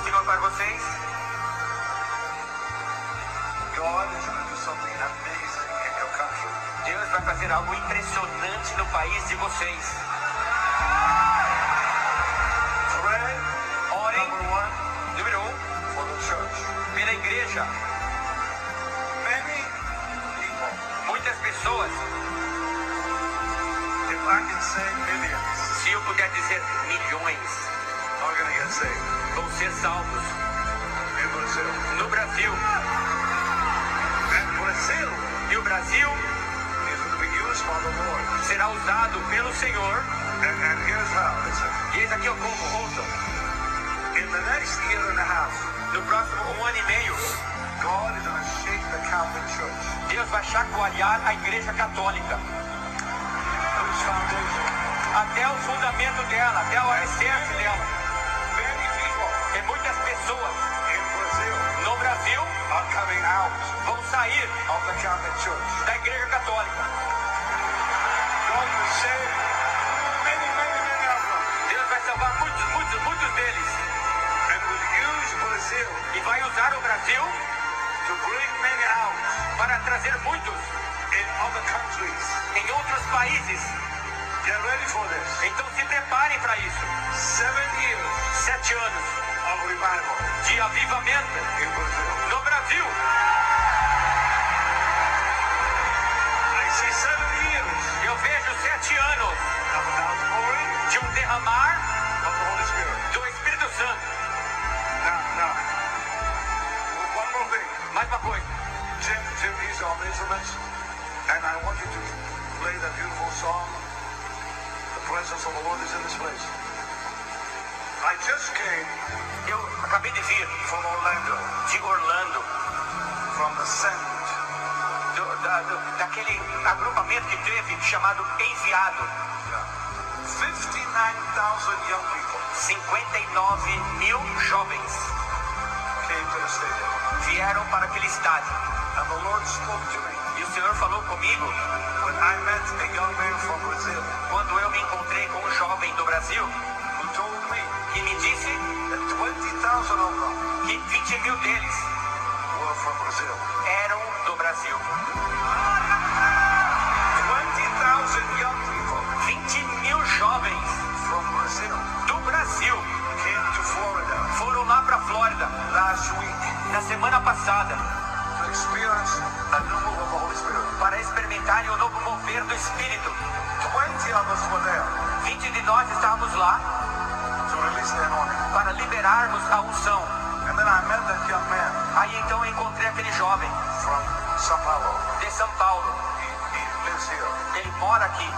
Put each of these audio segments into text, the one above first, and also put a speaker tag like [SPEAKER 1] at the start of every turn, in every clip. [SPEAKER 1] vocês. Eu olho o Espírito Santo em amazing in your country.
[SPEAKER 2] Deus vai fazer algo impressionante no país de vocês.
[SPEAKER 1] Pray,
[SPEAKER 2] Orem,
[SPEAKER 1] number one,
[SPEAKER 2] número um,
[SPEAKER 1] for the church.
[SPEAKER 2] pela igreja.
[SPEAKER 1] Many people,
[SPEAKER 2] Muitas pessoas,
[SPEAKER 1] if I can say millions,
[SPEAKER 2] se eu puder dizer milhões,
[SPEAKER 1] are going to get saved
[SPEAKER 2] vão ser salvos
[SPEAKER 1] in Brazil.
[SPEAKER 2] no Brasil.
[SPEAKER 1] And Brazil
[SPEAKER 2] E o Brasil
[SPEAKER 1] is to be used by the Lord.
[SPEAKER 2] será usado pelo Senhor.
[SPEAKER 1] And, and here's how. Listen.
[SPEAKER 2] E eis aqui é o como ouçam.
[SPEAKER 1] In the next year and a half,
[SPEAKER 2] No próximo um ano e meio,
[SPEAKER 1] God is going to shake the Catholic Church,
[SPEAKER 2] Deus vai chacoalhar a igreja católica.
[SPEAKER 1] whose foundation
[SPEAKER 2] Até o fundamento dela, até o alicerce dela.
[SPEAKER 1] many people
[SPEAKER 2] E muitas pessoas
[SPEAKER 1] in Brazil
[SPEAKER 2] no Brasil
[SPEAKER 1] are coming out
[SPEAKER 2] vão sair
[SPEAKER 1] of the Catholic Church.
[SPEAKER 2] da igreja católica.
[SPEAKER 1] God will save many, many, many of them
[SPEAKER 2] Deus vai salvar muitos, muitos, muitos deles.
[SPEAKER 1] and will use Brazil
[SPEAKER 2] E vai usar o Brasil
[SPEAKER 1] to bring many out
[SPEAKER 2] para trazer muitos
[SPEAKER 1] in other countries.
[SPEAKER 2] em outros países.
[SPEAKER 1] Get ready for this.
[SPEAKER 2] Então se preparem para isso.
[SPEAKER 1] Seven years
[SPEAKER 2] Sete anos
[SPEAKER 1] of revival
[SPEAKER 2] de avivamento
[SPEAKER 1] in Brazil.
[SPEAKER 2] no Brasil.
[SPEAKER 1] I see seven years
[SPEAKER 2] Eu vejo sete anos
[SPEAKER 1] of an outpouring
[SPEAKER 2] de um derramar
[SPEAKER 1] of the Holy Spirit.
[SPEAKER 2] do Espírito Santo.
[SPEAKER 1] Now, now, one more thing.
[SPEAKER 2] Mais uma coisa.
[SPEAKER 1] Jim, Jim, these are the instruments, and I want you to play that beautiful song. The presence of the Lord is in this place. I just came
[SPEAKER 2] Eu acabei de vir
[SPEAKER 1] from Orlando,
[SPEAKER 2] de Orlando,
[SPEAKER 1] from the send.
[SPEAKER 2] do- da- do- daquele agrupamento que teve chamado Enviado.
[SPEAKER 1] Yeah. 59,000 young people
[SPEAKER 2] 59 mil jovens
[SPEAKER 1] came to the stadium,
[SPEAKER 2] vieram para aquele estádio.
[SPEAKER 1] and the Lord spoke to me
[SPEAKER 2] E o Senhor falou comigo
[SPEAKER 1] when I met a young man from Brazil
[SPEAKER 2] quando eu me encontrei com um jovem do Brasil
[SPEAKER 1] who told me
[SPEAKER 2] que me disse
[SPEAKER 1] that 20,000 of them
[SPEAKER 2] que 20 mil deles
[SPEAKER 1] were from Brazil.
[SPEAKER 2] eram do Brasil.
[SPEAKER 1] 20,000 young people
[SPEAKER 2] 20 mil jovens
[SPEAKER 1] from Brazil
[SPEAKER 2] do Brasil
[SPEAKER 1] came to Florida
[SPEAKER 2] foram lá para a Flórida
[SPEAKER 1] last week
[SPEAKER 2] na semana passada
[SPEAKER 1] to experience a new move of the Holy Spirit.
[SPEAKER 2] para experimentarem o novo mover do Espírito.
[SPEAKER 1] 20 of us were there
[SPEAKER 2] 20 de nós estávamos lá
[SPEAKER 1] to release the anointing.
[SPEAKER 2] para liberarmos a unção.
[SPEAKER 1] And then I met that young man
[SPEAKER 2] Aí então eu encontrei aquele jovem
[SPEAKER 1] from Sao Paulo.
[SPEAKER 2] de São Paulo.
[SPEAKER 1] He, he lives here.
[SPEAKER 2] Ele mora aqui.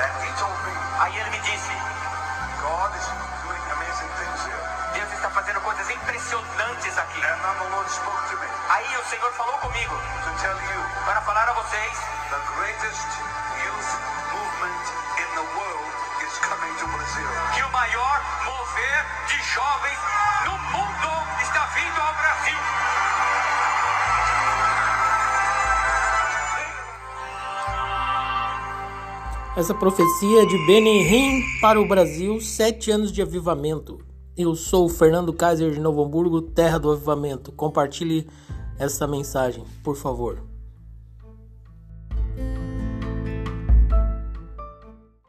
[SPEAKER 1] And he told me,
[SPEAKER 2] Aí ele me disse:
[SPEAKER 1] God is doing amazing things here.
[SPEAKER 2] Deus está fazendo coisas impressionantes aqui.
[SPEAKER 1] And then the Lord spoke to me
[SPEAKER 2] Aí o Senhor falou comigo
[SPEAKER 1] to tell you
[SPEAKER 2] para falar a vocês
[SPEAKER 1] the greatest youth movement in the world is coming to Brazil.
[SPEAKER 2] que o maior mover de jovens no mundo está vindo ao Brasil.
[SPEAKER 3] Essa profecia é de Benihim para o Brasil, sete anos de avivamento. Eu sou o Fernando Kaiser de Novo Hamburgo, terra do avivamento. Compartilhe essa mensagem, por favor.